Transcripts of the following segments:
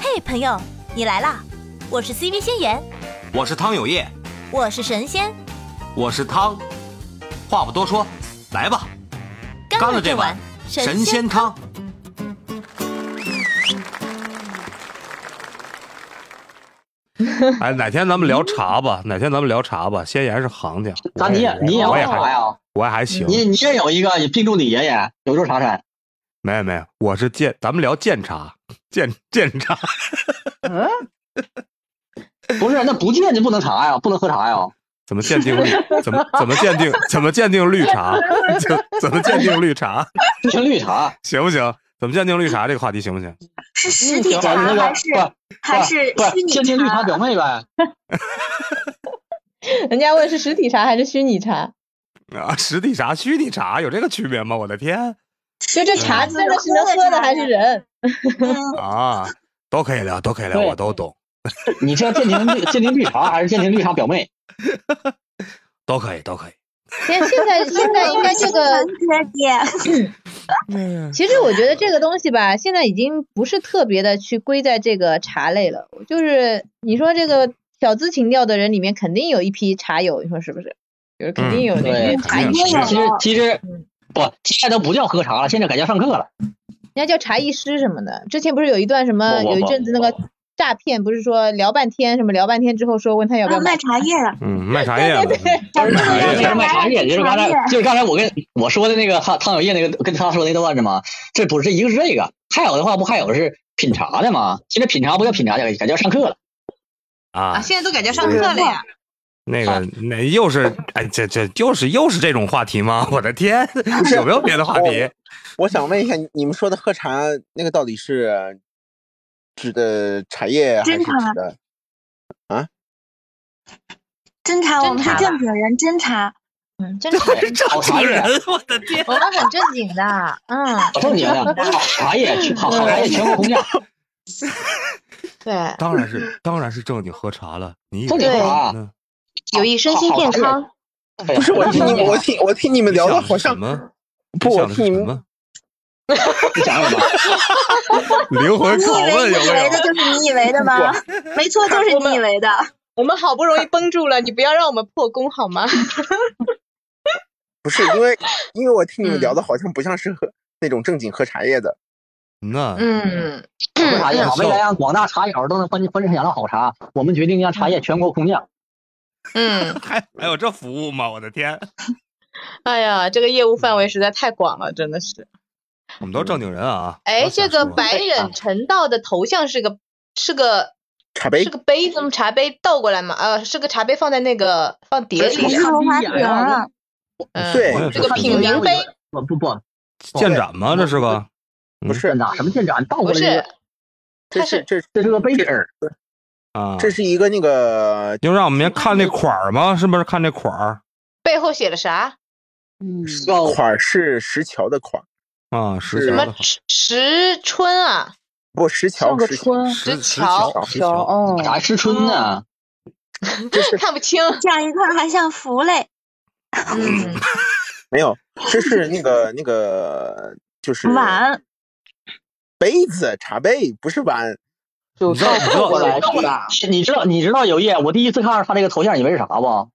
嘿，朋友，你来啦！我是 CV 仙言，我是汤有业，我是神仙，我是汤。话不多说，来吧，干了这碗神仙汤。 哎，哪天咱们聊茶吧？哪天咱们聊茶吧？仙爷是行家，那你也你也我喝也茶还呀？我也还行，你你也有一个，你聘住你爷爷，有州茶山。没有没有，我是鉴，咱们聊鉴茶，鉴鉴茶，嗯，不是，那不见就不能查呀，不能喝茶呀。怎么鉴定绿？怎么怎么 鉴定？怎么鉴定绿茶？怎怎么鉴定绿茶？不行，绿茶行不行？怎么鉴定绿茶这个话题行不行？是实体嗯行茶那个还是不还是不虚是鉴定拟绿茶茶？表妹呗？人家问是实体茶还是虚拟茶，啊，实体茶、虚拟茶有这个区别吗？我的天就这茶真的是能喝的还是人？啊，都可以聊，都可以聊，对我都懂，你这鉴定绿鉴定绿茶还是鉴定绿茶表妹？都可以，都可以。 现现 在现在应该这个，哥姐，嗯，其实我觉得这个东西吧，现在已经不是特别的去归在这个茶类了。就是你说这个小资情调的人里面，肯定有一批茶友，你说是不是？就是肯定有嗯那对些茶艺肯定师，有其人实其实嗯不，现在都不叫喝茶了，现在改叫上课了。家叫茶艺师什么的。之前不是有一段什么，不不不有一阵子那个诈骗，不是说聊半天，什么聊半天之后说问他要不啊要买卖茶叶了，嗯，卖茶叶了，不是茶叶就是卖茶叶，就是刚才茶叶就是刚才我跟我说的那个汤汤小叶那个跟他说的那段子嘛，这不是一个是这个，还有的话不还有是品茶的嘛？现在品茶不叫品茶，改改叫上课了。啊，现在都改叫上课了呀。那个，那又是哎，这这又是又是这种话题吗？我的天，有没有别的话题？我想问一下，你们说的喝茶那个到底是指的茶叶还是真指茶吗的？啊侦查，我们是侦查正经人，侦查。嗯，真的，是正经人，我的天！ 我们很正经的，嗯，好正经 的，好茶叶去好茶叶全 国空降，对。当然是，当然是正经喝茶了。你以正为经喝茶呢？有益身心健康。不不是我听你们，我听我听你们聊的好你想像的是什么？不，你我想的是听你什们么？你想想吧， 灵魂你以拷为问你有以没为有的？就是你以为的吗？没错，就是你以为的。我们好不容易绷住了，你不要让我们破功好吗？不是因 为因为我听你们嗯聊的好像不像是喝那种正经喝茶叶的。那嗯，喝茶叶好，为了让广大茶友都能分分享到好茶，我们决定让茶叶全国空降。嗯，还还有这服务吗？我的天！哎呀，这个业务范围实在太广了，真的是。我们都正经人啊。哎，我想这个说白忍成道的头像是个是个茶杯是个杯子吗？茶杯倒过来嘛？呃，是个茶杯放在那个放碟里我的是。豪华瓶儿，嗯，对哎我也这是个品茗杯不不不，剑斩吗？这是个不是舰，长什么舰长？倒过不来这是个，这它是是这这是个杯底儿，啊，这是一个那个就让我们先看那款儿吗？是不是看这款儿背后写了啥？嗯哦款儿是石桥的款儿，啊？石是什桥的么好池池春啊？不石桥上个石桥，春石石桥桥石桥桥哦，啥吃春呢？看不清。 这样一块还像符嘞。嗯，没有，这是那个那个就是碗，杯子茶杯，不是碗。就哦你知道倒你知道倒过来，是你知道你知道有叶，我第一次看到他这个头像以为是啥不？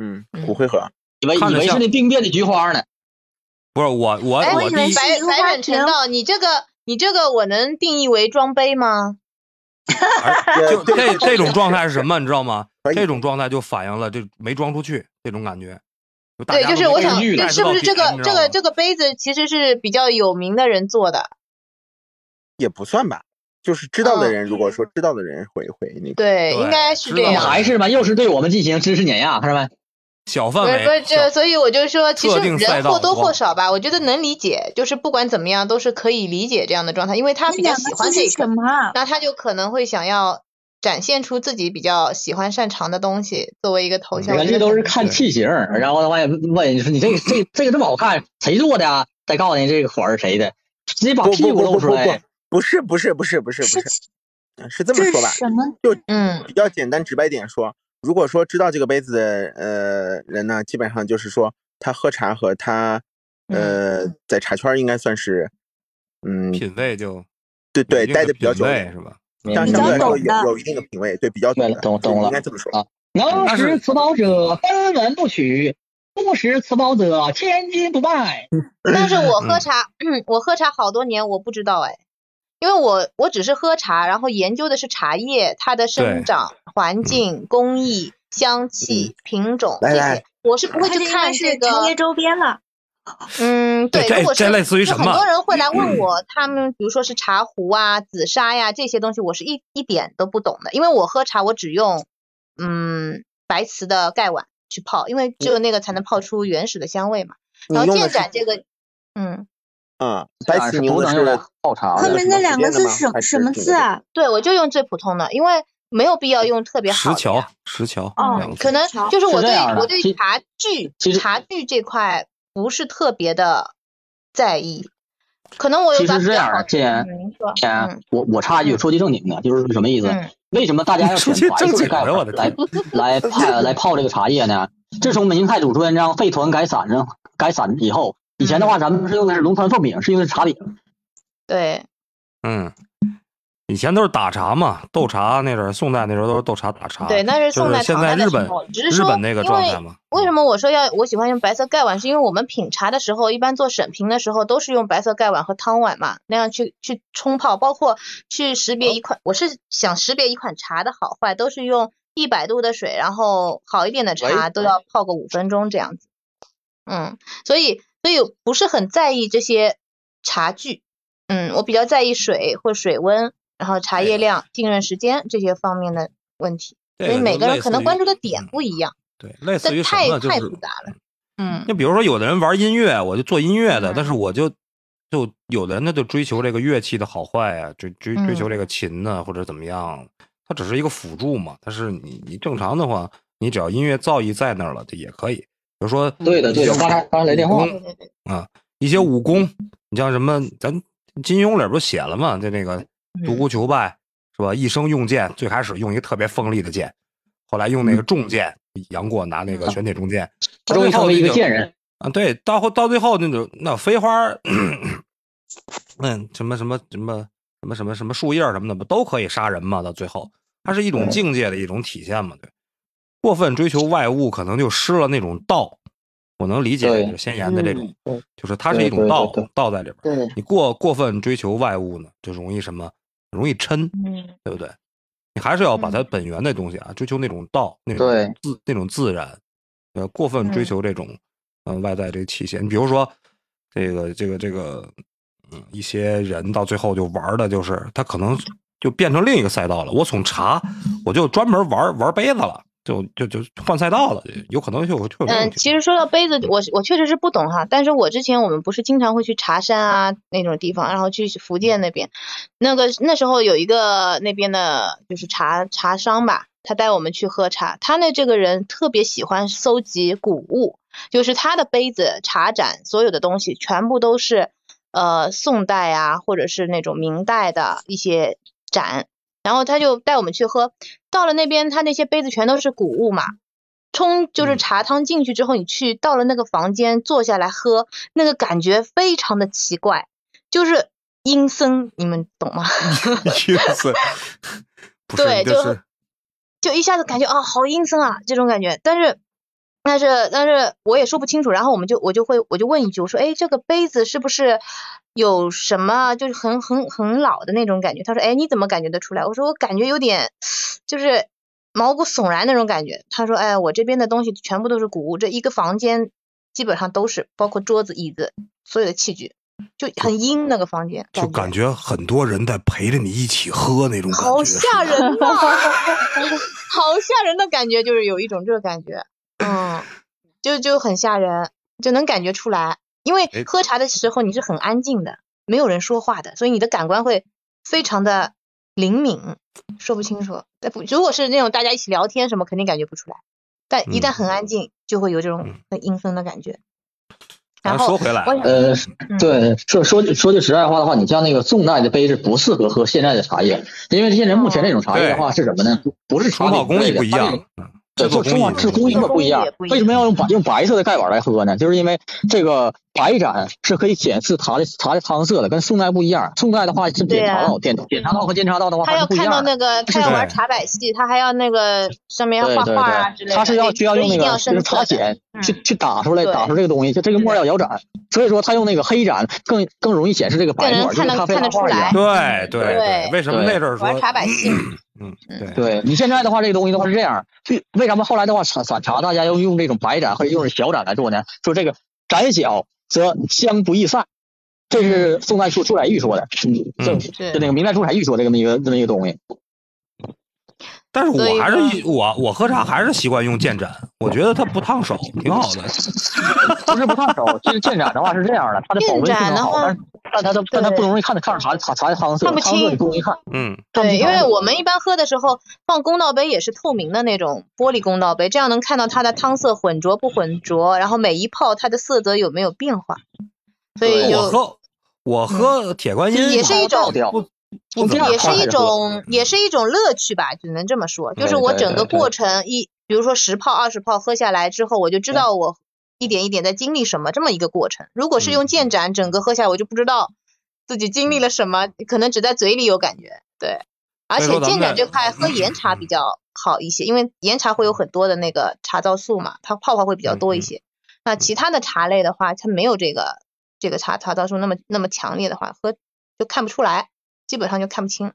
嗯嗯，骨灰盒。以为看以着为像是那病变的菊花呢。不是我我哎我以第为一是白一个花白忍成瓶道，你这个你这个我能定义为装杯吗？ 而就对这这种状态是什么，你知道吗可？以这种状态就反映了这没装出去这种感觉。大对，家就都没被是我想，欲对逮是到不是点这个你知这道啊个吗这个杯子其实是比较有名的人做的？也不算吧，就是知道的嗯人，如果说知道的人会会那个，对，对应该是知这道我了样。还是嘛，又是对我们进行知识碾压，看到没？小不范是不围是这，小所以我就说，其特实定赛人道或多好不好或少吧，我觉得能理解，就是不管怎么样都是可以理解这样的状态，因为他比你较两喜个欢字这是个什，么啊？那他就可能会想要展现出自己比较喜欢擅长的东西作为一个头像。我嗯人觉家得都很是看对器型，然后的话也问你说你这个这这个这么好看，谁做的啊？再告诉你这个款儿是谁的，直接把不屁股不不露不出不不来。，不是不是不是不是不是，嗯是这么是说吧，什么？嗯比较简单直白点说，如果说知道这个杯子的呃人呢，基本上就是说他喝茶和他呃在茶圈儿应该算是嗯品味就对对有一定待的的比较品久，味是吧？明白但比相较对来说懂的有有一定的品味，对，比较懂对的，了懂懂了应该这么说。啊能但是识此宝者，分文不取；不识此宝者，千金不卖。嗯 但是我喝茶， 我喝茶好多年，我不知道哎，因为我我只是喝茶，然后研究的是茶叶它的生对嗯长环境、工艺、香气、品种这来来些，我是不会它去应该看是这茶个叶。周边了，嗯，对，这如果是这类似于就什么嗯很多人会来问我，他们比如说是茶壶啊、紫砂呀这些东西，我是一一点都不懂的，因为我喝茶我只用嗯白瓷的盖碗去泡，因为只有那个才能泡出原始的香味嘛。你然后用的建是展这个，嗯，啊，白啊起你用不的能用来是泡茶后哦有面什那么两普个遍的字吗什还是什么字啊？对，我就用最普通的，因为没有必要用特别好石的桥嗯呀。，石桥，哦两个字可能就是我是这对样的我对其茶具其实茶具这块不是特别的在意，可能我有其实把是比这较样的好的这样嗯您说天啊嗯，我我插一句，说句正经的，就是什么意思？嗯为什么大家要说句选白正色经盖的我碗的来天来泡来泡这个茶叶呢？自从明太祖朱元璋废团改散呢改散以后，以前的话咱们是用的是龙船凤饼，是用的是茶饼，对，嗯，以前都是打茶嘛，斗茶那阵儿，宋代那时候都是斗茶打茶。对，那是啊就宋代、是现唐在代的日时本候，只是日说本那个因状态为嘛。为什么我说要我喜欢用白色盖碗，是因为我们品茶的时候，一般做审评的时候都是用白色盖碗和汤碗嘛，那样去去冲泡，包括去识别一款，我是想识别一款茶的好坏，都是用一百度的水，然后好一点的茶都要泡个五分钟这样子。嗯，所以所以不是很在意这些茶具，嗯，我比较在意水或水温，然后茶叶量、浸润时间这些方面的问题。这所以就每个人类可似能于关注的点嗯不一样，对，类似于什但太么就太是复杂了。嗯那比如说，有的人玩音乐，我就做音乐的，嗯但是我就就有的人他就追求这个乐器的好坏啊，追追追求这个琴呐，或者怎么样，它只是一个辅助嘛。但是你你正常的话，你只要音乐造诣在那儿了，这也可以。比如说，对的对的一些刚才刚才来电话武对功对对，啊，一些武功，你像什么，咱金庸里不是写了嘛，就那个嗯独孤求败是吧？一生用剑，最开始用一个特别锋利的剑，后来用那个重剑，杨过拿那个嗯玄铁重剑，到终于最后成为那一个就贱人。啊，对，到后到最后那种那飞花儿，嗯，什么什么什么什么什么什么树叶儿什么的，不都可以杀人嘛？到最后，它是一种境界的一种体现嘛？对，过分追求外物，可能就失了那种道。我能理解，对嗯就是先言的这种，就是它是对一种对道对对道在里边儿。对，你过过分追求外物呢，就容易什么？容易嗔，嗯对不对？你还是要嗯把它本源的东西啊，追求那种道，那种对自那种自然，呃，过分追嗯求这种嗯、呃外在这个器械。你比如说这个这个这个，嗯，一些人到最后就玩的就是他可能就变成另一个赛道了。我从茶我就专门玩玩杯子了，就就就换赛道了，有可能就有 就有这种嗯，情其实说到杯子，我我确实是不懂哈，但是我之前我们不是经常会去茶山啊那种地方，然后去福建那边，那个那时候有一个那边的就是茶茶商吧，他带我们去喝茶，他那这个人特别喜欢搜集古物，就是他的杯子、茶盏所有的东西全部都是呃宋代啊或者是那种明代的一些盏，然后他就带我们去喝，到了那边他那些杯子全都是古物嘛。冲就是嗯茶汤进去之后，你去到了那个房间坐下来喝，那个感觉非常的奇怪，就是阴森，你们懂吗？意思 不是对就就是就一下子感觉啊，好阴森啊，这种感觉。但是，但是，但是我也说不清楚。然后我们就我就会我就问一句，我说，哎，这个杯子是不是有什么就是很很很老的那种感觉？他说，哎，你怎么感觉得出来？我说我感觉有点就是毛骨悚然那种感觉。他说，哎，我这边的东西全部都是古物，这一个房间基本上都是，包括桌子、椅子，所有的器具，就很阴那个房间，就感觉很多人在陪着你一起喝那种感觉，好是吧吓人呐、好吓人的感觉，就是有一种这个感觉，嗯，就就很吓人，就能感觉出来，因为哎喝茶的时候你是很安静的，没有人说话的，所以你的感官会非常的灵敏，说不清楚。但不，如果是那种大家一起聊天什么，肯定感觉不出来，但一旦嗯很安静，就会有这种嗯很阴森的感觉。然咱说后，回来我啊，呃，嗯对，说说句说句实在话的话，你像那个宋代的杯是不适合喝现在的茶叶，因为现在目哦前这种茶叶的话是什么呢？不不是冲茶泡饼工艺类的不一它这样种，嗯对，制作工就中艺网制不工一艺样不一样工艺也不一，样为什么要用白用白色的盖碗来喝呢？就是因为这个白盏是可以检测茶的茶的汤色的，跟宋代不一样。宋代的话是对点啊茶道，点点茶道和煎茶道的话他还要是不一看到样的。那个，他是要玩对茶百戏，他还要那个上面要对画对画啊之类对，的，他是要需要所用以那一定个就深是刻茶的碱嗯去去打出来，对打出这个东西，就这个沫儿要摇盏，所以说他用那个黑盏更更容易显示这个白更能沫儿，就看跟咖得啡看得拉出花一来样。对对嗯对为什么那阵儿玩说，茶 百戏。嗯，嗯对，对你现在的话，这个东西的话是这样，为为什么后来的话散散茶大家要用这种白盏或者用小盏来做呢？说这个盏小则香不易散，这是宋代舒舒载峪说的，嗯，这嗯是就那个明代朱载峪说的这么一个这么一个东西。但是所以我还是说一我我喝茶还是习惯用键盏，我觉得它不烫手，挺好 的。不是不烫手，其实建盏的话是这样的，它的保温性建盏能的好，话但是但它都但它对不容易看得看着茶茶茶的汤色，看不汤色清你不容易看。嗯，看不清对，因汤为色我们一般喝的时候放公道杯也是透明的那种玻璃公道杯，这样能看到它的汤色浑浊不浑浊，然后每一泡它的色泽有没有变化，所以对就嗯我喝我喝铁观音也是一种调不你这样也是看一着就种也是一种乐趣吧，只能这么说。就是对我对整个对对过程一，比如说十泡二十泡喝下来之后，我就知道我一点一点在经历什么这么一个过程。如嗯果是用剑盏整个喝下来，我就不知道自己经历了什么，可能只在嘴里有感觉。对，而所以且说咱们剑在盏这块喝岩茶比较好一些，因为岩茶会有很多的那个茶皂素嘛，它泡泡会比较嗯多嗯一些。那其他的茶类的话，它没有这个这个茶茶皂素那么那么强烈的话，喝就看不出来，基本上就看不清。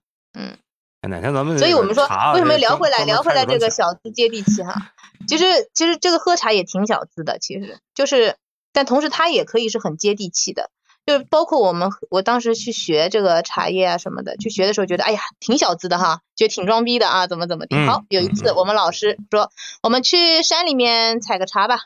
哪天咱们所以这个我们说茶，啊为什么这聊专回来专门聊回开来这个专小资接地气哈？其实其实这个喝茶也挺小资的，其实就是，但同时它也可以是很接地气的，就是包括我们我当时去学这个茶叶啊什么的，去学的时候觉得哎呀挺小资的哈，觉得挺装逼的啊，怎么怎么地。嗯好，有一次我们老师说我们去山里面采个茶吧。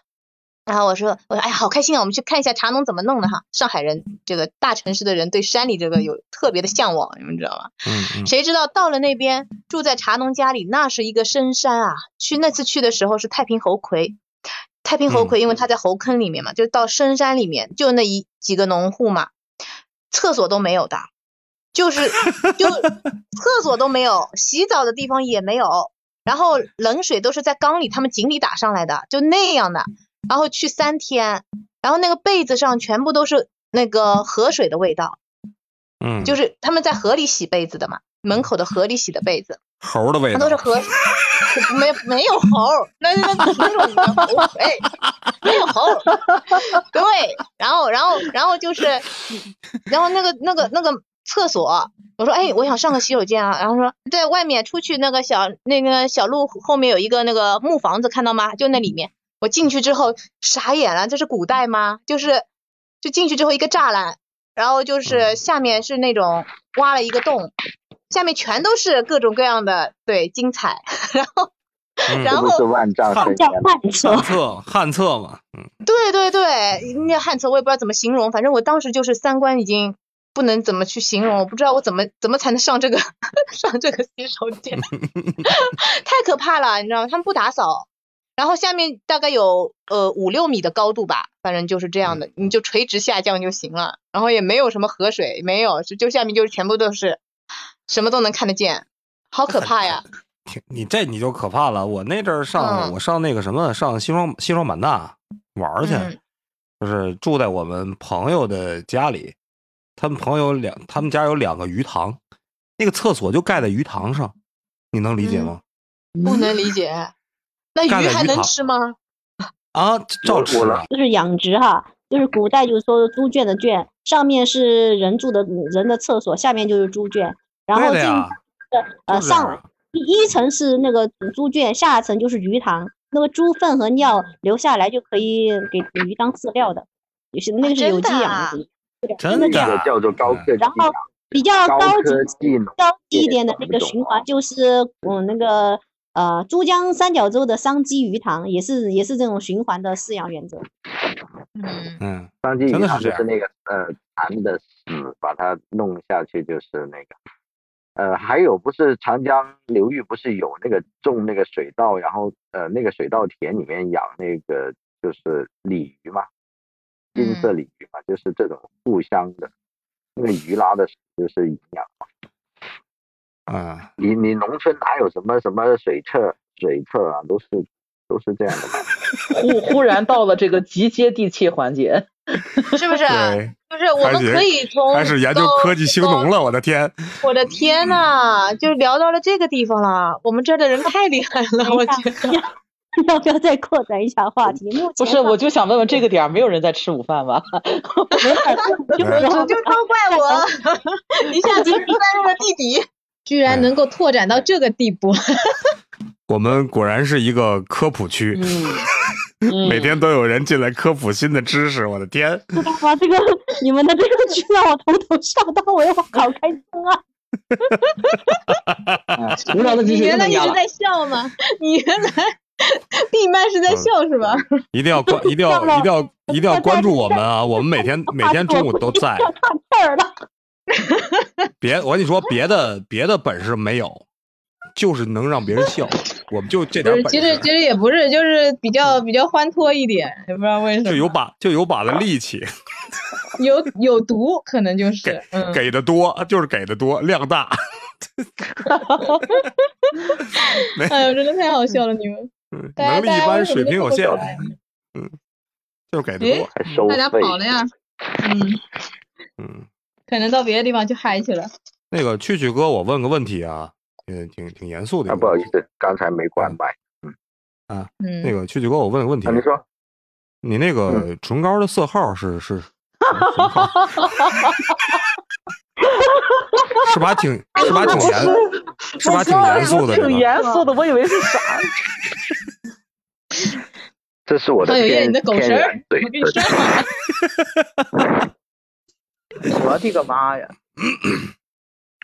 然后我说，我说，哎呀，好开心啊！我们去看一下茶农怎么弄的哈。上海人这个大城市的人对山里这个有特别的向往，你们知道吗？嗯嗯谁知道到了那边，住在茶农家里，那是一个深山啊。去那次去的时候是太平猴魁，太平猴魁因为他在猴坑里面嘛，就到深山里面，就那一几个农户嘛，厕所都没有的，就是就厕所都没有，洗澡的地方也没有，然后冷水都是在缸里他们井里打上来的，就那样的。然后去三天，然后那个被子上全部都是那个河水的味道，嗯，就是是他们在河里洗被子的嘛，门口的河里洗的被子，猴的味它道都是。河，没没有猴儿，那那那品种的猴儿，哎，没有猴儿，对，然后然后然后就是，然后那个那个那个厕所，我说哎，我想上个洗手间啊，然后说在外面出去那个小那个小路后面有一个那个木房子，看到吗？就那里面，我进去之后傻眼了，这是古代吗？就是就进去之后一个栅栏，然后嗯就是下面是那种挖了一个洞，下面全都是各种各样的对精彩，然后嗯然后是万丈看深叫渊。换车旱。厕旱厕嘛，嗯对对对，那个汉词我也不知道怎么形容，反正我当时就是三观已经不能怎么去形容，我不知道我怎么怎么才能上这个 上这个洗手间，太可怕了，你知道吗？他们不打扫，然后下面大概有呃五六米的高度吧，反正就是这样的，你就垂直下降就行了，然后也没有什么河水，没有，就就下面就是全部都是什么都能看得见，好可怕呀！挺你这你就可怕了。我那阵儿上嗯我上那个什么上西双西双版纳玩儿去，嗯就是住在我们朋友的家里，他们朋友两，他们家有两个鱼塘，那个厕所就盖在鱼塘上，你能理解吗？不能理解，那嗯干鱼了还鱼能塘吃吗？啊，照吃啊，就是养殖哈，就是古代就是说猪圈的圈，上面是人住的人的厕所，下面就是猪圈，然后啊对进的呀，呃就是这样上啊一一层是那个猪圈，下层就是鱼塘，那个猪粪和尿留下来就可以给鱼当饲料的，有些那个是真有的机啊养殖，真的啊叫做高科技然后比较高高级科技农高级一业点的种那个种循环就是嗯那个呃珠江三角洲的桑基鱼塘，也是也是这种循环的饲养原则。 嗯。嗯，当地真的银是行这就样是那个呃蚕的屎，把它弄下去就是那个，呃，还有不是长江流域不是有那个种那个水稻，然后呃那个水稻田里面养那个就是鲤鱼嘛，金嗯色鲤鱼嘛，就是这种互相的，那个鱼拉的屎就是营养。啊，你你农村哪有什么什么水厕水厕啊，都是都是这样的嘛。忽忽然到了这个极接地气环节，是不是？对，就是我们开始可以从开始研究高科技兴农了，我的天！我的天呐，就聊到了这个地方了。我们这儿的人太厉害了，我觉得。要不要再扩展一下话题？目前不是，我就想问问这个点儿，没有人在吃午饭 吧？没法做，就哎是就都怪 我，一下子出来这个弟弟， 居然哎能够拓展到这个地 步，我们果然是一个科普区，嗯，每天都有人进来科普新的知识，我的天！知道吗？这个你们的这个剧让我头头是道，我又好开心啊！哎无聊的知你识又原来增一加直了。在笑吗？你原 来地曼嗯是在笑是吧？一定要关，一定 要，一定要，一定要关注我们啊！我们每天每天中午都在，要看事儿了。别我跟你说，别的别的本事没有，就是能让别人笑，我们就这不点是，本其实其事，嗯实也不是，就是比较比较欢脱一点，也不知道为什么就有把就有把的力气， 有有毒，可能就是给嗯。给的多，就是给的多，量大。哎呦，真的太好笑了，你们嗯大家 能力一般，水平有限啊大家嗯，就是给为什么这么哎可爱，的多，还收大家费，跑了呀，嗯。嗯，可能到别的地方去嗨去了。那个蛐蛐哥，我问个问题啊，嗯，挺挺严肃的一啊，个不好问意题。思，刚才没关麦。嗯，那个蛐蛐哥，我问个问题啊，，你说嗯你那个唇膏的色号是 是什么号？ 是吧？挺是吧？挺 严，是 吧？挺哎严肃的，挺这个严肃的，我以为是啥？这是我的哎呦天你的狗天食儿然对我跟你说啊，我的个妈呀！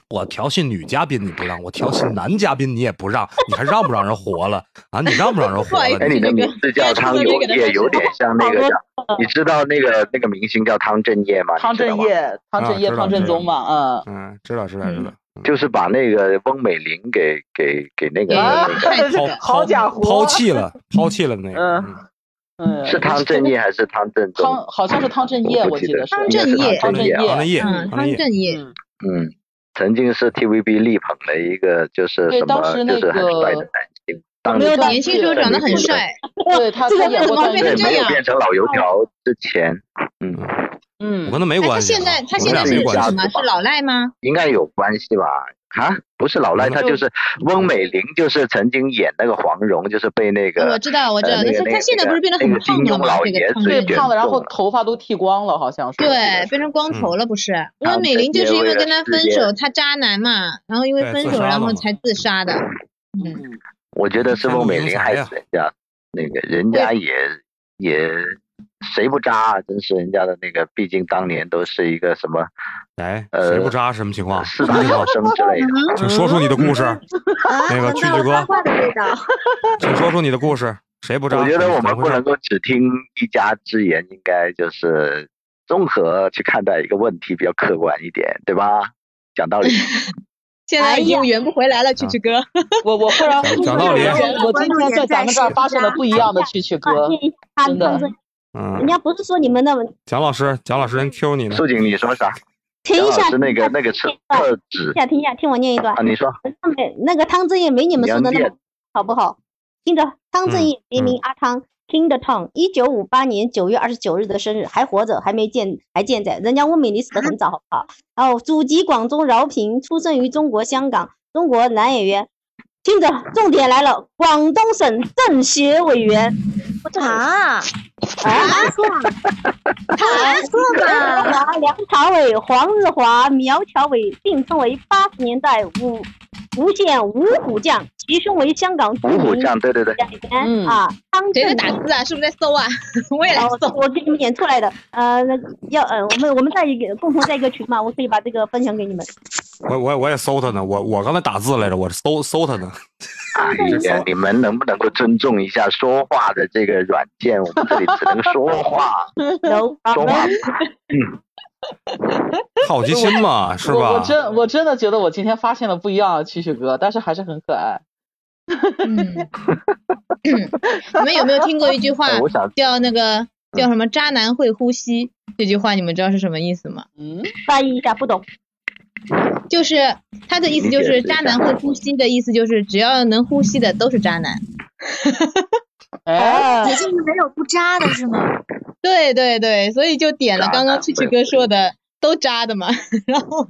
我调戏女嘉宾你不让，我调戏男嘉宾你也不让，你还让不让人活了啊？你让不让人活 不好意了？思哎，你的那个名字叫汤有业，有点像那个叫，哦你知道那个那个明星叫汤镇业吗？汤你知道吗，镇业，汤镇业，啊知道汤镇宗嘛，嗯。嗯，知道知道知道。就是把那个翁美玲给给给那个啊那个，这嗯抛抛个 好家伙抛弃了，抛弃了那个。嗯嗯，是汤镇业还是汤镇宗？汤好像是汤镇业，我我记记得是汤应该镇是业汤汤镇镇业业啊。唐正业，唐嗯，汤正业，镇业，嗯，嗯，曾经是 TVB 力捧的一个，就是对什么当，时就是很那个帅的男星。当没有年当年轻时候长得很帅，对他这个他演怎过么汤变镇成对没这业，有样变成老油条之前，嗯，我跟，嗯他没哎，他关系啊。现在他我现们俩在是没一关家什系子么？吧是老赖吗？应该有关系吧？啊，不是老赖，他就是翁美玲，就是曾经演那个黄蓉，就是被那哦个我知道，我知道，呃那但个是他现在那个不是变得那很个胖金了庸吗？老这爷个汤子对镇卷业，胖了，然后重了头发都剃光了，好像是。对，变成光头了不是？温美玲就是因为跟他分手，他渣男嘛，然后因为对分自手杀了然后嘛才自杀的。嗯，我觉得是翁美玲害天死妒人家，那个人家也也谁不渣啊？真是人家的那个，毕竟当年都是一个什么哎，呃谁不渣什么情况？什四么 大情况小？生之类的。请说出你的故事， 啊那个闻到蛐蛐了哥八卦的味道。请说出你的故事。谁不渣？我觉得我怎们么回不事能够只听一家之言，应该就是综合去看待一个问题，比较客观一点，对吧？讲 道理，现在已经圆不回来了，啊蛐 蛐哥。我我忽然讲讲道理我今天在咱们这儿发现了不一样的蛐蛐感 哥谢，一下他真的们，人嗯，家不是说你们那么蒋老师，蒋老师人 Q 你呢。素锦你说啥？停杨一老下，师那个那个特停一下特指停一下，听一下，听我念一段啊，。你说那没那个汤镇业没你们说的那两么好不好？听着，汤镇业别名嗯阿汤、King the Tang，一九五八年九月二十九日的生日，还活着，还没健，还健在。人家翁美玲死得很早，好不好？哦，祖籍广州饶平，出生于中国香港，中国男演员。听着，重点来了，广东省政协委员。啊，啊，他错梁吧？朝伟梁朝伟、黄日华、苗侨伟并称为八十年代五福建五虎将，其中为香港著五虎名将，对对对，演员嗯啊，汤谁在镇打业。字啊？是不是在搜啊？ 我也来然后搜。我给你们演出来的，呃，那个要呃，我们我们在一个共同在一个群嘛，我可以把这个分享给你们。我我我也搜他呢，我我刚才打字来着，我搜搜他呢。哎这是呀，你们能不能够尊重一下说话的这个软件？我们这里只能说 话， No 说话 problem，好奇心嘛，是我我吧？真我真的觉得我今天发现了不一样的蛐蛐哥，但是还是很可爱。嗯，你们有没有听过一句话嗯哎我想叫那个叫什么“渣男会呼吸”这句话？你们知道是什么意思吗？嗯，翻译一下，不懂。就是他的意思，就理解是是一下渣男会呼吸的意思，就是只要能呼吸的都是渣男。哎，啊你就是没有不渣的是吗？对对对，所以就点了刚刚蛐蛐哥说的，都渣的嘛。然后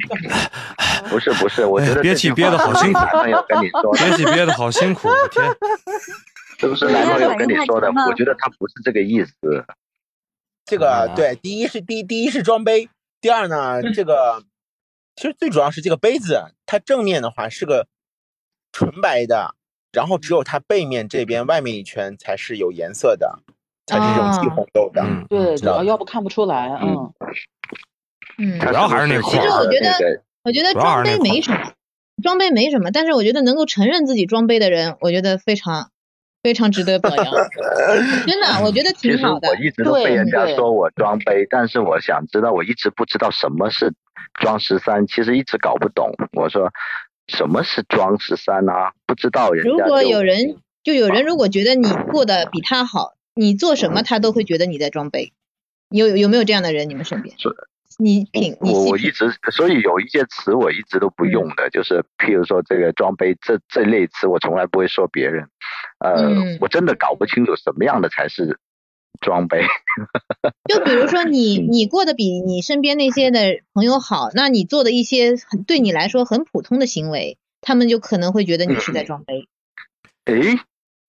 不是不是，我觉哎得憋气憋得好辛苦男朋友跟你说 的，憋气憋的好辛苦，我天， 是不是男朋友跟你说的？我觉得他不是这个意思。 这个嗯对，第一是第第一是装杯，第二呢，这个其实最主要是这个杯子，它正面的话是个纯白的，然后只有它背面这边外面一圈才是有颜色的，才是这种啊漆红豆的。嗯，对，知道要要不看不出来，嗯嗯，嗯，他主要还是那不块儿喜欢其实我觉得那个我觉得主要还装是那杯块儿没什么，装杯没什么，但是我觉得能够承认自己装杯的人，我觉得非常非常值得表扬，真的，我觉得其挺实好的我。一直都被人家对对说我装杯，但是我想知道，我一直不知道什么是装十三，其实一直搞不懂。我说什么是装十三啊？不知道人如家果就啊有人就有人如果觉得你过得比他好，你做什么他都会觉得你在装杯，有有没有这样的人？你们身边是？你品你我细我品嗯一直所以有一些词我一直都不用的，就是譬如说这个装杯这这类词，我从来不会说别人。呃，嗯我真的搞不清楚什么样的才是装杯。 就比如说你，嗯你过得比你身边那些的朋友好，那你做的一些很对你来说很普通的行为，他们就可能会觉得你是嗯在装杯。诶，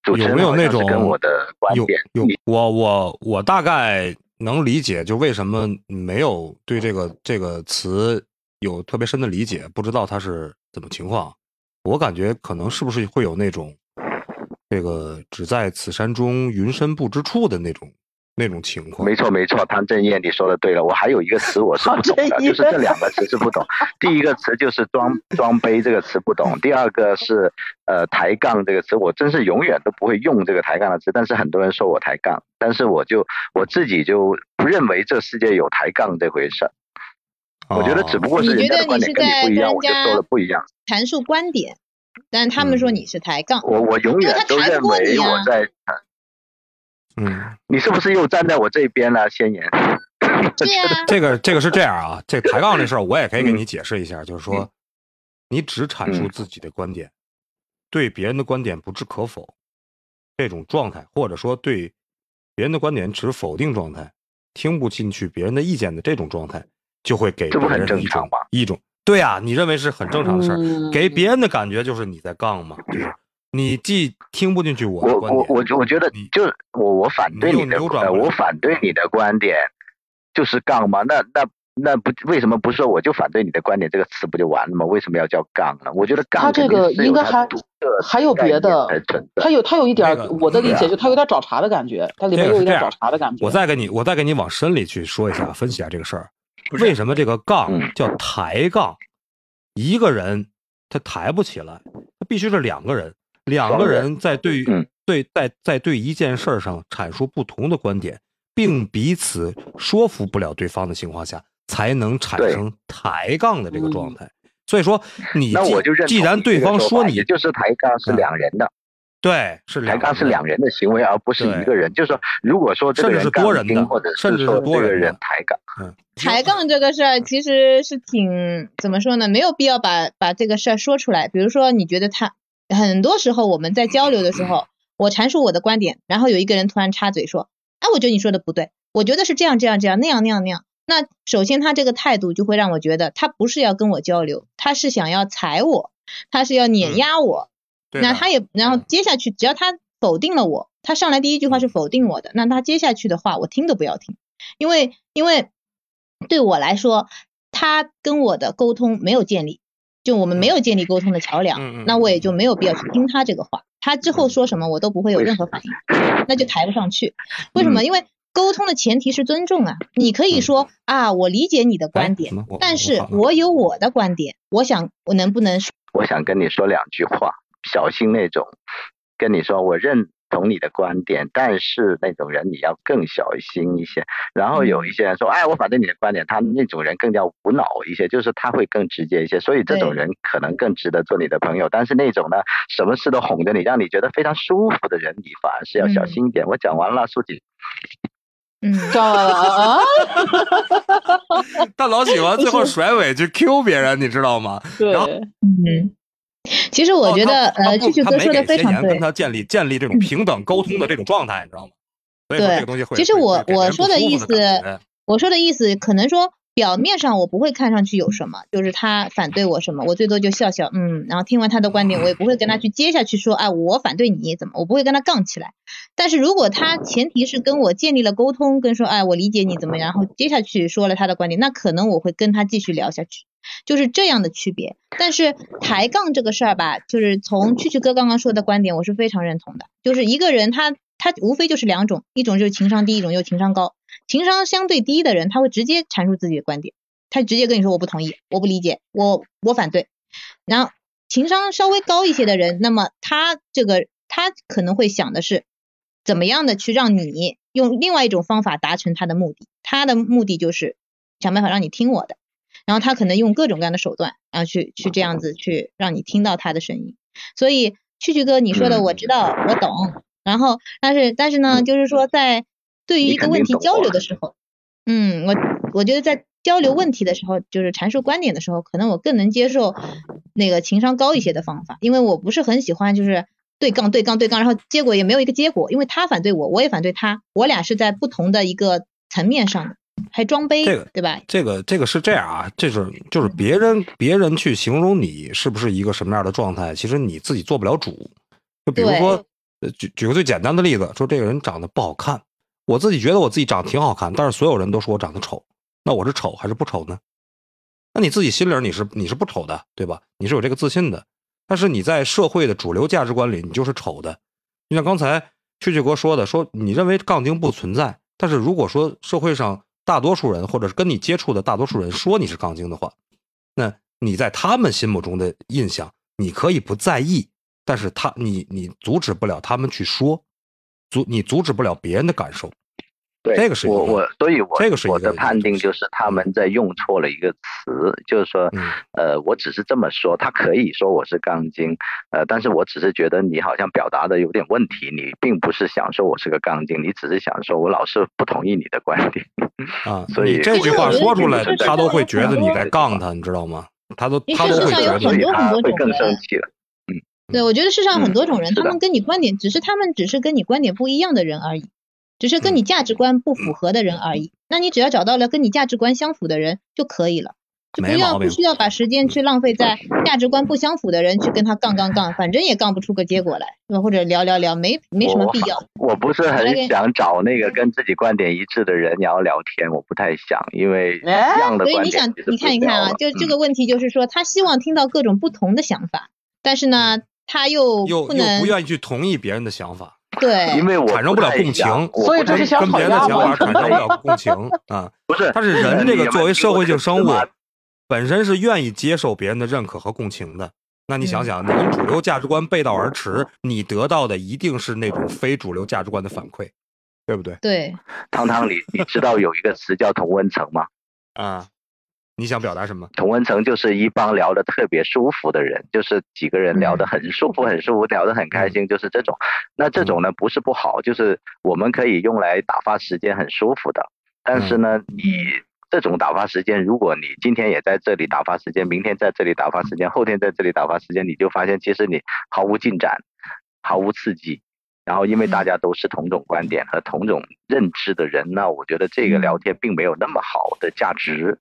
主持人有没有好像那种是跟我的观有点有，我我我大概能理解，就为什么没有对这个这个词有特别深的理解，不知道它是怎么情况。我感觉可能是不是会有那种这个只在此山中云深不知处的那种那种情况没。错没错，汤镇业你说的对了。我还有一个词我是不懂的，唐振业就是这两个词是不懂。第一个词就是装 装杯这个词不懂，第二个是呃抬杠这个词，我真是永远都不会用这个抬杠的词。但是很多人说我抬杠，但是我就我自己就不认为这世界有抬杠这回事儿。哦我觉得啊只不过是你人觉家得的观你点是跟你在不跟一样，人我就说家了不一样。阐述观点，但他们说你是抬杠，嗯我我永因为远他都谈认不过为你啊我在，嗯，你是不是又站在我这边了，仙言？对呀、 这个这个是这样啊，这抬杠这事儿我也可以给你解释一下，就是说，你只阐述嗯自己的观点，对别人的观点不置可否，这种状态，或者说对别人的观点持否定状态，听不进去别人的意见的这种状态，就会给这不别很人正一常种吗一种对啊，你认为是很正常的事儿，嗯给别人的感觉就是你在杠嘛，就是你既听不进去我的我观点我，我觉我觉得你就是我我反对你又你的扭转呃不了我反对你的观点，就是杠吗？那那那不为什么不是说我就反对你的观点这个词不就完了吗？为什么要叫杠呢？我觉得他杠这肯定个是应有该它还独特的还有概别念的才存在。他有他有一点那儿，个啊我的理对解就他有点找茬的感觉，它里面这个有是一这点样找茬的感觉。我再给你，我再给你往深里去说一下，分析一下这个事儿。为什么这个杠嗯叫抬杠？一个人他抬不起来，他必须是两个人，两个人在对嗯对在在对一件事儿上阐述不同的观点，并彼此说服不了对方的情况下，才能产对嗯生抬杠的这个状态。所以说，你 那既我就认既同然你对这个方说说法你也就是抬杠是嗯两人的，对是抬两杠是人的两人的行为，而不是对一个人。就是说，如果说这个甚至是人多杠人精，的或者甚至是说多这个人的人抬杠，抬杠这个事儿其实是挺怎么说呢？没有必要把把这个事儿说出来。比如说，你觉得他很多时候我们在交流的时候，我阐述我的观点，然后有一个人突然插嘴说：“哎，我觉得你说的不对，我觉得是这样这样这样那样那样那样。”那首先他这个态度就会让我觉得他不是要跟我交流，他是想要踩我，他是要嗯碾压我。对那的他也，然后嗯接下去只要他否定了我，他上来第一句话是否定我的，那他接下去的话我听都不要听，因为因为对我来说，他跟我的沟通没有建立，就我们没有建立沟通的桥梁，嗯嗯嗯嗯那我也就没有必要去听他这个话，他之后说什么我都不会有任何反应，那就抬不上去。为嗯什么？因为沟通的前提是尊重啊，你可以说啊，我理解你的哎观怎点么我，但我是好像我有我的观点，我想我能不能我想跟你说两句话，小心那种跟你说我认同你的观点，但是那种人你要更小心一些。然后有一些人说，哎，我反对你的观点，他那种人更加无脑一些，就是他会更直接一些，所以这种对人可能更值得做你的朋友。但是那种呢，什么事都哄着你，让你觉得非常舒服的人，你反而是要小心一点。我讲完了，苏锦。嗯？杠了 啊！但老喜哎欢最后甩尾去 Q 别人，你知道吗？然后对，嗯，其实我觉得，哦他他呃，不蛐他蛐哥没说的给非贤常言跟对，他建立建立这种平等沟通的这种状态，你知道吗？所以说这个东西会其实我会给我人说不的舒意服思感觉，我说的意思可能说表面上我不会看上去有什么，就是他反对我什么，我最多就笑笑，嗯，然后听完他的观点，我也不会跟他去接下去说，哎，我反对你怎么，我不会跟他杠起来。但是如果他前提是跟我建立了沟通，跟说，哎，我理解你怎么，然后接下去说了他的观点，那可能我会跟他继续聊下去。就是这样的区别。但是抬杠这个事儿吧，就是从蛐蛐哥刚刚说的观点，我是非常认同的。就是一个人他他无非就是两种，一种就是情商低，一种就是情商高。情商相对低的人，他会直接阐述自己的观点，他直接跟你说我不同意，我不理解，我我反对。然后情商稍微高一些的人，那么他这个他可能会想的是，怎么样的去让你用另外一种方法达成他的目的，他的目的就是想办法让你听我的。然后他可能用各种各样的手段，然后去去这样子去让你听到他的声音。所以蛐蛐哥，你说的我知道，我懂。然后，但是但是嗯呢，就是说在对于一个问题交流的时候，嗯，我我觉得在交流问题的时候，就是阐述观点的时候，可能我更能接受那个情商高一些的方法，因为我不是很喜欢就是对杠对杠对杠，然后结果也没有一个结果，因为他反对我，我也反对他，我俩是在不同的一个层面上的，还装杯，这个对吧？这个这个是这样啊，这是就是别人别人去形容你是不是一个什么样的状态，其实你自己做不了主。就比如说，呃举举个最简单的例子，说这个人长得不好看，我自己觉得我自己长得挺好看，但是所有人都说我长得丑，那我是丑还是不丑呢？那你自己心里儿你是你是不丑的，对吧？你是有这个自信的，但是你在社会的主流价值观里，你就是丑的。就像刚才蛐蛐哥说的，说你认为杠精不存在，但是如果说社会上大多数人或者是跟你接触的大多数人说你是杠精的话，那你在他们心目中的印象，你可以不在意，但是他你你阻止不了他们去说，阻你阻止不了别人的感受。对，这个是一个我问我，所以我这个是一个嗯我的判定东就西是他们在用错了一个词，就是说，呃，我只是这么说，他可以说我是杠精，呃，但是我只是觉得你好像表达的有点问题，你并不是想说我是个杠精，你只是想说我老是不同意你的观点。啊，所以你这句话说出来其实我觉，得他都会觉得你在杠他，你知道吗？他都其实他都世会上有觉得很多所以你他很多会种更人生气了。对，我觉得世上很多种人，他嗯是的们跟你观点只是他们只是跟你观点不一样的人而已，只是跟你价值观不符合的人而已。那你只要找到了跟你价值观相符的人就可以了，就不没要毛病不需要把时间去浪费在价值观不相符的人去跟他杠杠杠，反正也杠不出个结果来，对吧？或者聊聊聊，没没什么必要。我不是很想找那嗯个跟自己观点一致的人然后聊天，我不太想，因为一哎样的所以观你点想其，实你不看一看啊聊，就这个问题就是说，他希望听到各种不同的想法，但是呢，他又又不又能不愿意去同意别人的想法，对，因为我产生不了太共想情，我所以不这太是小跟讨别人的想法厌嘛产 生不了共情啊。 不是，但是人嗯这你个们作为社会性生物听我这个词吗，本身是愿意接受别人的认可和共情的。那你想想，你跟主流价值观背道而驰，你得到的一定是那种非主流价值观的反馈，对不对？对，汤汤，你你知道有一个词叫同温层吗？啊，你想表达什么？同温层就是一帮聊得特别舒服的人，就是几个人聊得很舒服，很舒服，聊得很开心，就是这种。那这种呢不是不好，就是我们可以用来打发时间，很舒服的。但是呢，你这种打发时间，如果你今天也在这里打发时间，明天在这里打发时间，后天在这里打发时间，你就发现其实你毫无进展，毫无刺激。然后，因为大家都是同种观点和同种认知的人那我觉得这嗯个聊天并没有那么好的价值。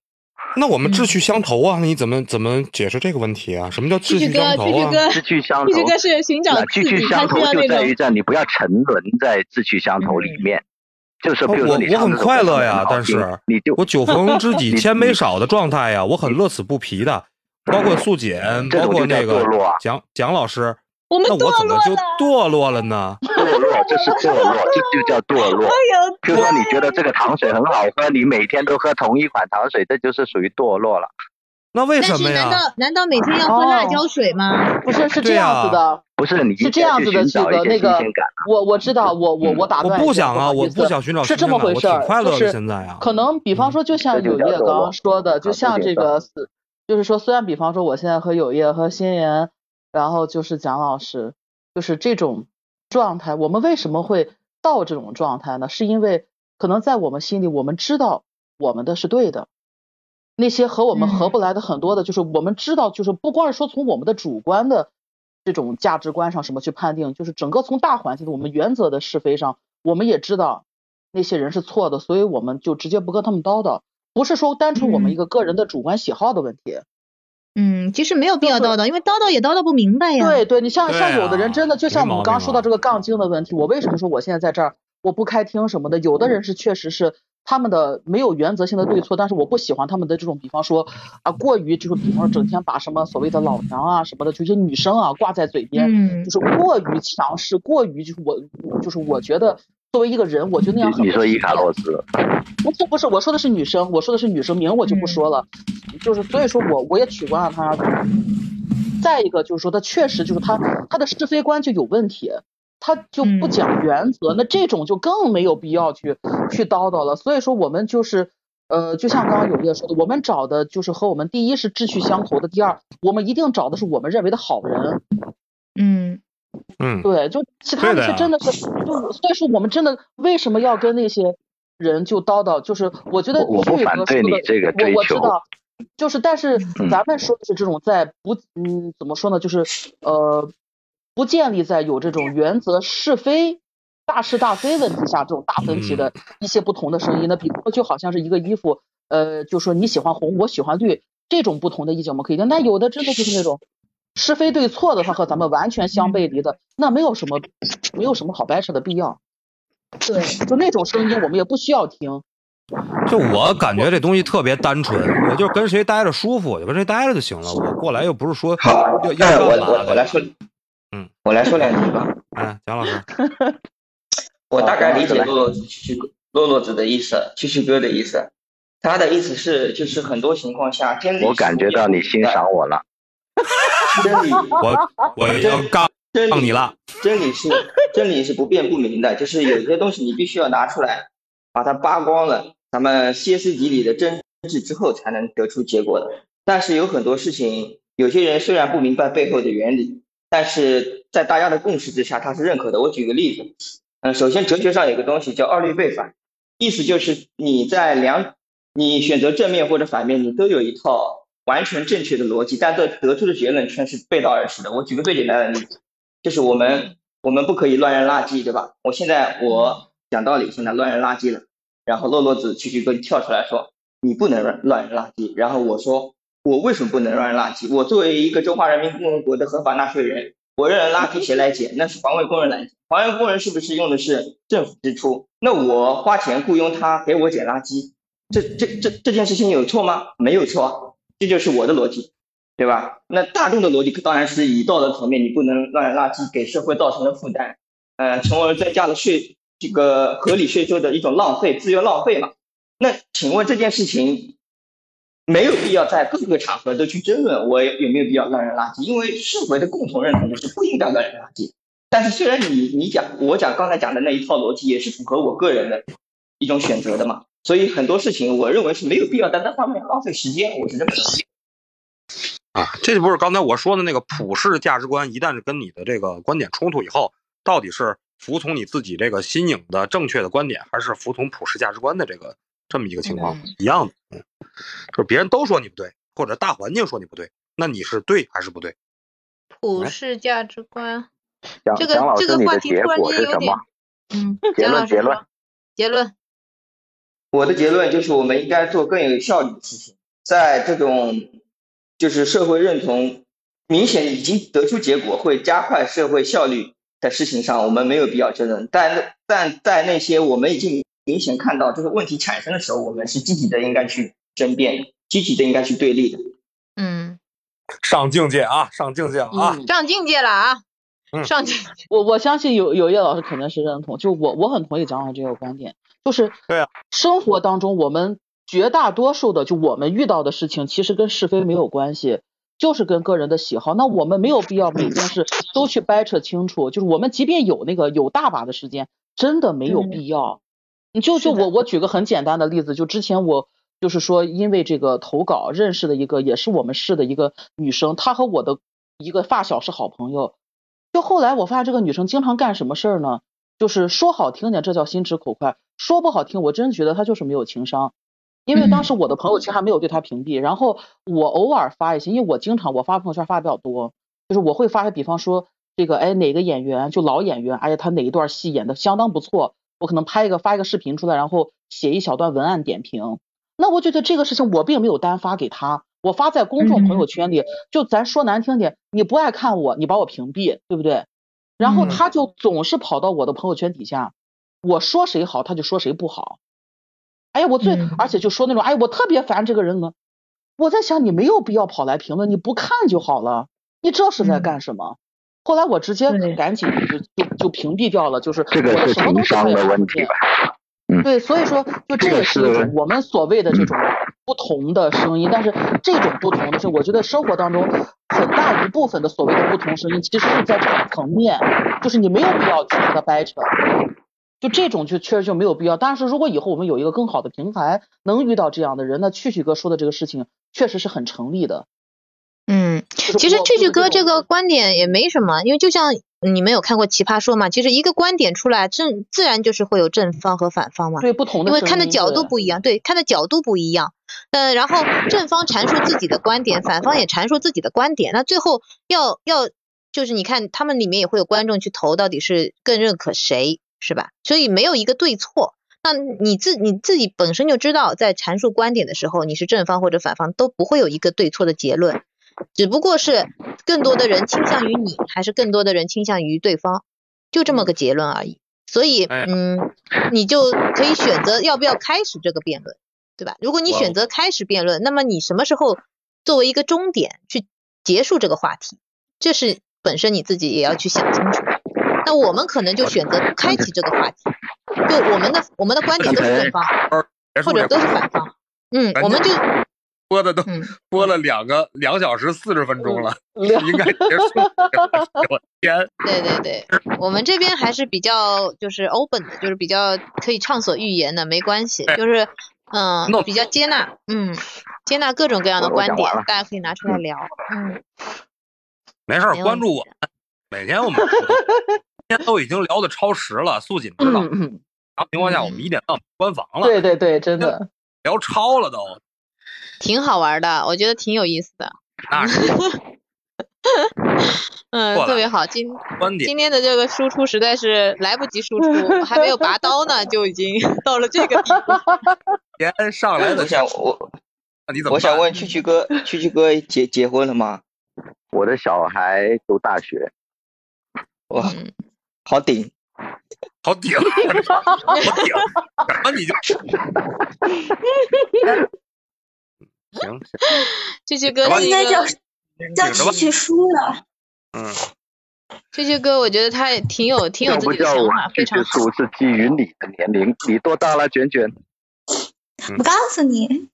那嗯我们志趣相投啊，那你怎么怎么解释这个问题啊？什么叫志蛐趣蛐哥相，蛐投蛐啊？哥，志趣相必须投哥是寻找那刺志激趣，他相需投要就那在种于这，你不要沉沦在志趣相投里面。就是比如哦说我你我唱很这首快歌唱乐得很呀，好但听是你就我 酒逢知己你千杯你嗯少的状态呀，我很乐此不疲的。包括素锦，这包种括就叫那个堕落啊蒋蒋老师，我们那我堕怎么落就堕落了呢？堕落，这是堕落，这就叫堕哎落。有比如说你觉得这个糖水很好喝，你每天都喝同一款糖水，这就是属于堕落了。那为但什是么难呀？啊道难道每天要喝辣椒水吗？不是是对这样啊子的，不是你是这样子的，去旭寻找哥，一些那新个鲜感啊。我我知道，我我我打嗯我断一不下，想啊，不好我意思不想寻找是新这鲜么感，回我事挺儿，快就乐是的现在啊。可能比方说，就像嗯这就友叫叶做刚我刚说的，就啊像这这就个，就是说，虽然比方说我现在和友叶和新妍，然后就是蒋老师，就是这种状态，我们为什么会到这种状态呢？是因为可能在我们心里，我们知道我们的是对的，那些和我们合不来的很多的，就是我们知道，就是不光是说从我们的主观的这种价值观上什么去判定，就是整个从大环境的我们原则的是非上，我们也知道那些人是错的，所以我们就直接不跟他们叨叨，不是说单纯我们一个个人的主观喜好的问题。嗯，其实没有必要叨叨，因为叨叨也叨叨不明白呀。对对，你像对像有的啊人真的，就没像我们毛刚刚病说到这个杠精的问题，我为什么说我现在在这儿我不开听什么的？有的人是确实是他们的没有原则性的对错，但是我不喜欢他们的这种，比方说啊，过于就是比方说整天把什么所谓的老娘啊什么的，就是女生啊挂在嘴边，嗯就是过于强势，过于就是我就是我觉得作为一个人，我觉得那样很你不说体伊卡面洛斯，不是不是，我说的是女生，我说的是女生，名我就不说了，就是所以说我我也取关了她。再一个就是说，她确实就是她她的是非观就有问题，她就不讲原则，那这种就更没有必要去去叨叨了。所以说我们就是呃，就像刚刚有烈说的，我们找的就是和我们第一是志趣相投的，第二我们一定找的是我们认为的好人。嗯嗯，对，就其对他那的些呀真的是，就是所以说我们真的为什么要跟那些人就叨叨？就是我觉得我我不旭反哥对说你的这个追我我知求道，就是但是嗯咱们说的是这种在不嗯怎么说呢？就是呃不建立在有这种原则是非。大是大非问题下，这种大分歧的一些不同的声音，那比如说就好像是一个衣服，呃，就说你喜欢红，我喜欢绿，这种不同的意见我们可以听，但有的真的就是那种是非对错的，它和咱们完全相背离的，那没有什么没有什么好掰扯的必要。对，就那种声音我们也不需要听。就我感觉这东西特别单纯，我就跟谁待着舒服，我就跟谁待着就行了。我过来又不是说要哎要那干我嘛我的我来说，嗯，我来说两句吧。哎，蒋老师，我大概理解洛洛蛐蛐哥洛洛子的意思，蛐蛐哥的意思。他的意思是，就是很多情况下，真理我感觉到你欣赏我了。真理，我 我要杠杠你了。真 理是真理是不变不明的，就是有些东西你必须要拿出来，把它扒光了，咱们歇斯底里的争执之后，才能得出结果的。但是有很多事情，有些人虽然不明白背后的原理，但是在大家的共识之下，他是认可的。我举个例子，嗯，首先哲学上有个东西叫二律背反，意思就是你在两，你选择正面或者反面，你都有一套完全正确的逻辑，但得得出的结论却是背道而驰的。我举个最简单的例子，就是我们我们不可以乱扔垃圾，对吧？我现在我讲道理，现在乱扔垃圾了，然后洛洛子蛐蛐哥就跳出来说你不能乱乱扔垃圾，然后我说我为什么不能乱扔垃圾？我作为一个中华人民共和国的合法纳税人，我扔垃圾谁来捡？那是环卫工人来捡。环卫工人是不是用的是政府支出？那我花钱雇佣他给我捡垃圾，这这这这件事情有错吗？没有错啊，这就是我的逻辑，对吧？那大众的逻辑当然是以道德层面，你不能乱扔垃圾，给社会造成了负担，呃，从而增加了税这个合理税收的一种浪费，资源浪费嘛。那请问这件事情没有必要在各个场合都去争论我有没有必要乱扔垃圾，因为社会的共同认同就是不应该乱扔垃圾。但是虽然你你讲我讲刚才讲的那一套逻辑也是符合我个人的一种选择的嘛，所以很多事情我认为是没有必要在那方面浪费时间，我是这么认为。啊，这不是刚才我说的那个普世价值观，一旦是跟你的这个观点冲突以后，到底是服从你自己这个新颖的正确的观点，还是服从普世价值观的这个这么一个情况、一样的，嗯，就是别人都说你不对，或者大环境说你不对，那你是对还是不对？普世价值观，蒋这哦蒋个老这师，个你话的题结突然果之间是有什点么，？嗯，结蒋老论师结论说，结论，我的结论就是，我们应该做更有效率的事情。在这种就是社会认同明显已经得出结果，会加快社会效率的事情上，我们没有必要争论。但但在那些我们已经明显看到这个问题产生的时候，我们是积极的应该去争辩，积极的应该去对立的。嗯，上境界啊，上境界了啊！上境界了啊，嗯上境，我我相信有有叶老师肯定是认同，就我我很同意蒋老师这个观点，就是对啊，生活当中我们绝大多数的就我们遇到的事情，其实跟是非没有关系，就是跟个人的喜好。那我们没有必要每件事都去掰扯清楚，就是我们即便有那个有大把的时间，真的没有必要。你就就我我举个很简单的例子，就之前我就是说，因为这个投稿认识的一个也是我们市的一个女生，她和我的一个发小是好朋友。就后来我发现这个女生经常干什么事儿呢？就是说好听点，这叫心直口快；说不好听，我真觉得她就是没有情商。因为当时我的朋友圈还没有对她屏蔽，然后我偶尔发一些，因为我经常我发朋友圈发比较多，就是我会发，比方说这个哎哪个演员就老演员，哎呀他哪一段戏演的相当不错，我可能拍一个发一个视频出来，然后写一小段文案点评。那我觉得这个事情我并没有单发给他，我发在公众朋友圈里，就咱说难听点，你不爱看我，你把我屏蔽，对不对？嗯然后他就总是跑到我的朋友圈底下，我说谁好，他就说谁不好。哎呀，我最而且就说那种，哎呀，我特别烦这个人了。啊我在想，你没有必要跑来评论，你不看就好了，你这是在干什么？后来我直接赶紧就就就屏蔽掉了，就是这个我是什么东情西我商也的不问题吧？对，所以说就这这也个是一是种我们所谓的这种不同的声音，但是这种不同的声音，我觉得生活当中很大一部分的所谓的不同声音，其实是在这种层面，就是你没有必要去和它掰扯，就这种就确实就没有必要。但是如果以后我们有一个更好的平台，能遇到这样的人，那旭旭哥说的这个事情确实是很成立的。嗯，其实句句哥这个观点也没什么，因为就像你们有看过《奇葩说》嘛，其实一个观点出来，正自然就是会有正方和反方嘛。对，不同的因为声看的音角度对不一样，对，看的角度不一样。呃，然后正方阐述自己的观点，反方也阐述自己的观点，那最后要要就是你看他们里面也会有观众去投，到底是更认可谁，是吧？所以没有一个对错。那你自你自己本身就知道，在阐述观点的时候，你是正方或者反方都不会有一个对错的结论。只不过是更多的人倾向于你，还是更多的人倾向于对方，就这么个结论而已。所以，哎嗯，你就可以选择要不要开始这个辩论，对吧？如果你我选择开始辩论，那么你什么时候作为一个终点去结束这个话题，这是本身你自己也要去想清楚。那我们可能就选择不开启这个话题，就我们的我们的观点都是正方，结或束者这都嗯是反方，嗯，我们就播的都播了两个两小时四十分钟了，嗯应该结束。 我天，对对对，我们这边还是比较就是 open 的，就是比较可以畅所欲言的，没关系，就是嗯、那比较接纳，嗯，接纳各种各样的我我观讲点完了，大家可以拿出来聊，嗯，没事儿，没关问注我，每天我们今天都已经聊的超时了，素锦知道。嗯嗯然后情况下，我们一点半关房了，对对对，真的。聊超 了都。挺好玩的，我觉得挺有意思的，那是嗯，过来特别好，今观点今天的这个输出实在是来不及输出，还没有拔刀呢，就已经到了这个地步，连上来的，我想我，你怎么？我想问蛐蛐哥，蛐蛐哥结结婚了吗？我的小孩读大学，哇，嗯好顶，好顶，啊好顶，啊什么 你就行行，这些哥那是应一该个叫叫什么蛐蛐叔了。嗯，这些哥，我觉得他也挺有挺有要自不己的叫想我法，非去常去好。数是基于你的年龄，你多大了，卷卷？我告诉你，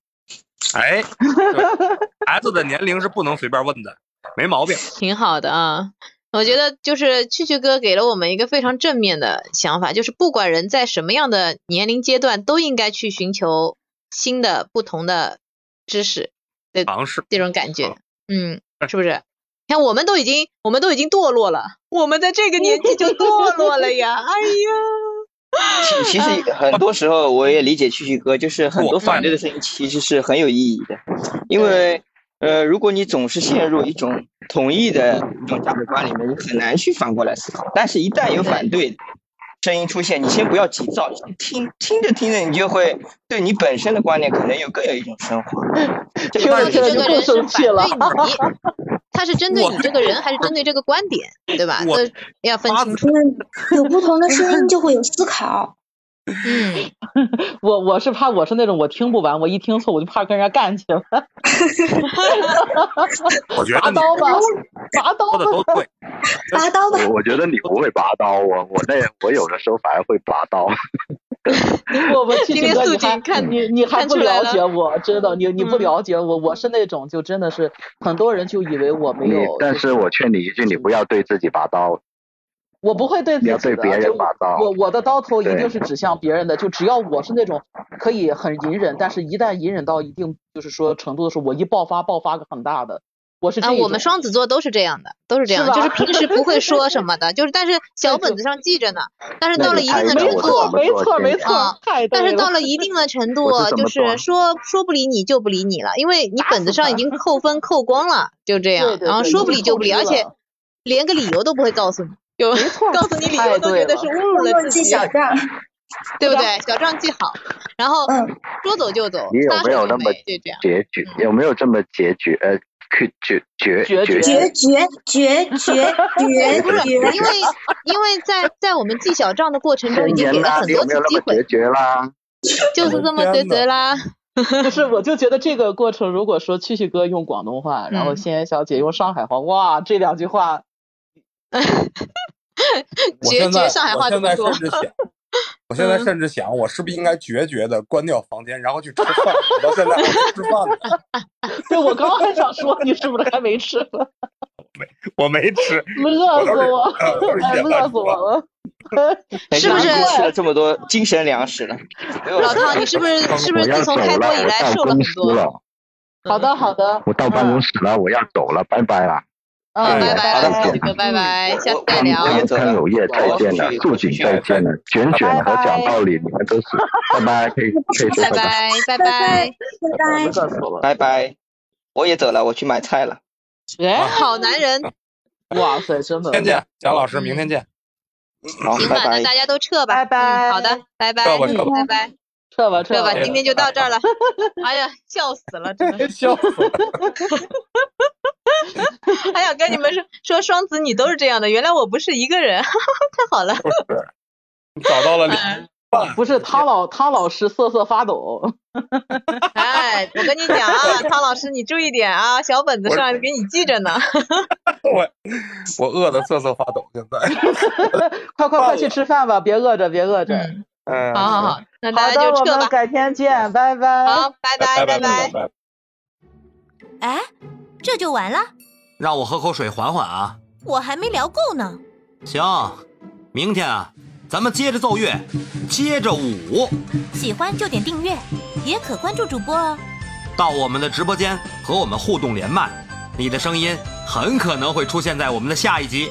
哎，对孩子的年龄是不能随便问的，没毛病。挺好的啊。我觉得就是蛐蛐哥给了我们一个非常正面的想法，就是不管人在什么样的年龄阶段，都应该去寻求新的、不同的知识的尝试这种感觉，嗯，是不是？你看，我们都已经，我们都已经堕落了，我们在这个年纪就堕落了呀！哎嗯其其实很多时候我也理解蛐蛐哥，就是很多反对的声音其实是很有意义的，因为呃，如果你总是陷入一种统一的一种价值观里面，你很难去反过来思考。但是，一旦有反对声音出现，你先不要急躁，听听着听着，你就会对你本身的观念可能有更有一种 升华。这听着个听着就更生气了。呀，他是针对你这个人，还是针对这个观点，对吧？我都要分清楚。有不同的声音就会有 思考。嗯，我我是怕我是那种我听不完，我一听错我就怕跟人家干起来。我觉得拔你刀吧，拔刀说的都对，拔刀吧。我我觉得你不会拔啊刀，我我那我有的时候反而会拔刀。我我七今七天哥，素你还锦看你你还看不出来了了嗯解我，真的，你你不了解我，我是那种就真的是很多人就以为我没你有，但是我劝你一句，你不要对自己拔刀，我不会对自你己要的，对别人就拔刀我我的刀头一对定是指向别人的，就只要我是那种可以很隐忍，但是一旦隐忍到一定就是说程度的时候，我一爆发爆发个很大的，我是这啊，一我们种双子座都是这样的，都是这是样的，就是吧平时不会说什么的，就是但 是小本子上记着呢，但是到了一定的那程你猜一下度我，是怎么做没错没错啊太对但是了到了一定的程度我是，怎就么做是说说不理你就不理你了，因为你本子上已经扣分扣光了，就这样，对对然后对说已不经理就透不理，支而且了 连个理由都不会告诉你，就告诉你理由太都对觉得了是侮辱了弄 自己。记小账，对不对？小瘴气好，然后嗯嗯说走就走你，有撒没有手那就么没，就这样。决绝？有没有这么决绝？呃，去决决决决绝决绝决 不是，绝，因 为因为在在我们记小账的过程中，已真经言给了啦，很你有多没次有那机么会，决绝啦？ 就是这么决绝啦。不是，我 就觉得这个过程，如果说蛐蛐哥用广东话，然后嗯仙言小姐用上海话，哇，这两 句话，我决现在绝上海我话怎现么在说嗯甚？至 想，我现在甚至想，我是不是应该决绝的关掉房间，然后去吃饭？我到现在还没吃饭呢，对我刚刚还想说，你是不是还没吃呢？ 我没吃， 乐我死都是 我呃我都是，一哎，点乐半死出我来。 了。是不是难怪吃了这么多精神粮食了？老汤，你是不是是不我是要自从走开了，播以我来到瘦了公很司多？嗯了，好的，好的，我到办公室了，我要走了，拜拜了。嗯，好，哎嗯，拜呀拜好的了，再好蛐见了，蛐哥，拜嗯，拜，下我次再我聊。我也康走康了，有业，我再我见了去。素我去锦，去再见了卷卷拜和拜讲道理，你们都是，拜拜，可以可以说 拜拜拜，拜，拜拜拜拜。拜拜拜拜。乐死我了。拜拜，我也走了，我去买菜了。哎，好男人，哇塞，真的，天见，贾老师，明天嗯见。好，行拜吧，那拜。大家都撤吧。拜拜嗯，好的，拜拜，撤吧撤吧拜拜，撤吧，撤撤吧，吧，今天就到这儿了。哎呀，笑死了，真的是。 笑死了！ 哎呀，跟你们说说双子女都是这样的，原来我不是一个人， 太好了。找到了另嗯，半，不是汤老汤老师瑟瑟发抖，哎，我跟你讲啊，汤老师你注意点啊，小本子上给你记着呢。我我饿得瑟瑟发抖，现在。快快快去吃饭吧，别饿着，别饿着。嗯，嗯，好好好，那大好家的，就我撤们吧。改天见，拜拜。好，拜拜，拜拜拜。拜。哎，这就完了？让我喝口水缓缓啊。我还没聊够呢。行，明天啊，咱们接着奏乐，接着舞，喜欢就点订阅，也可关注主播哦。到我们的直播间和我们互动连麦，你的声音很可能会出现在我们的下一集。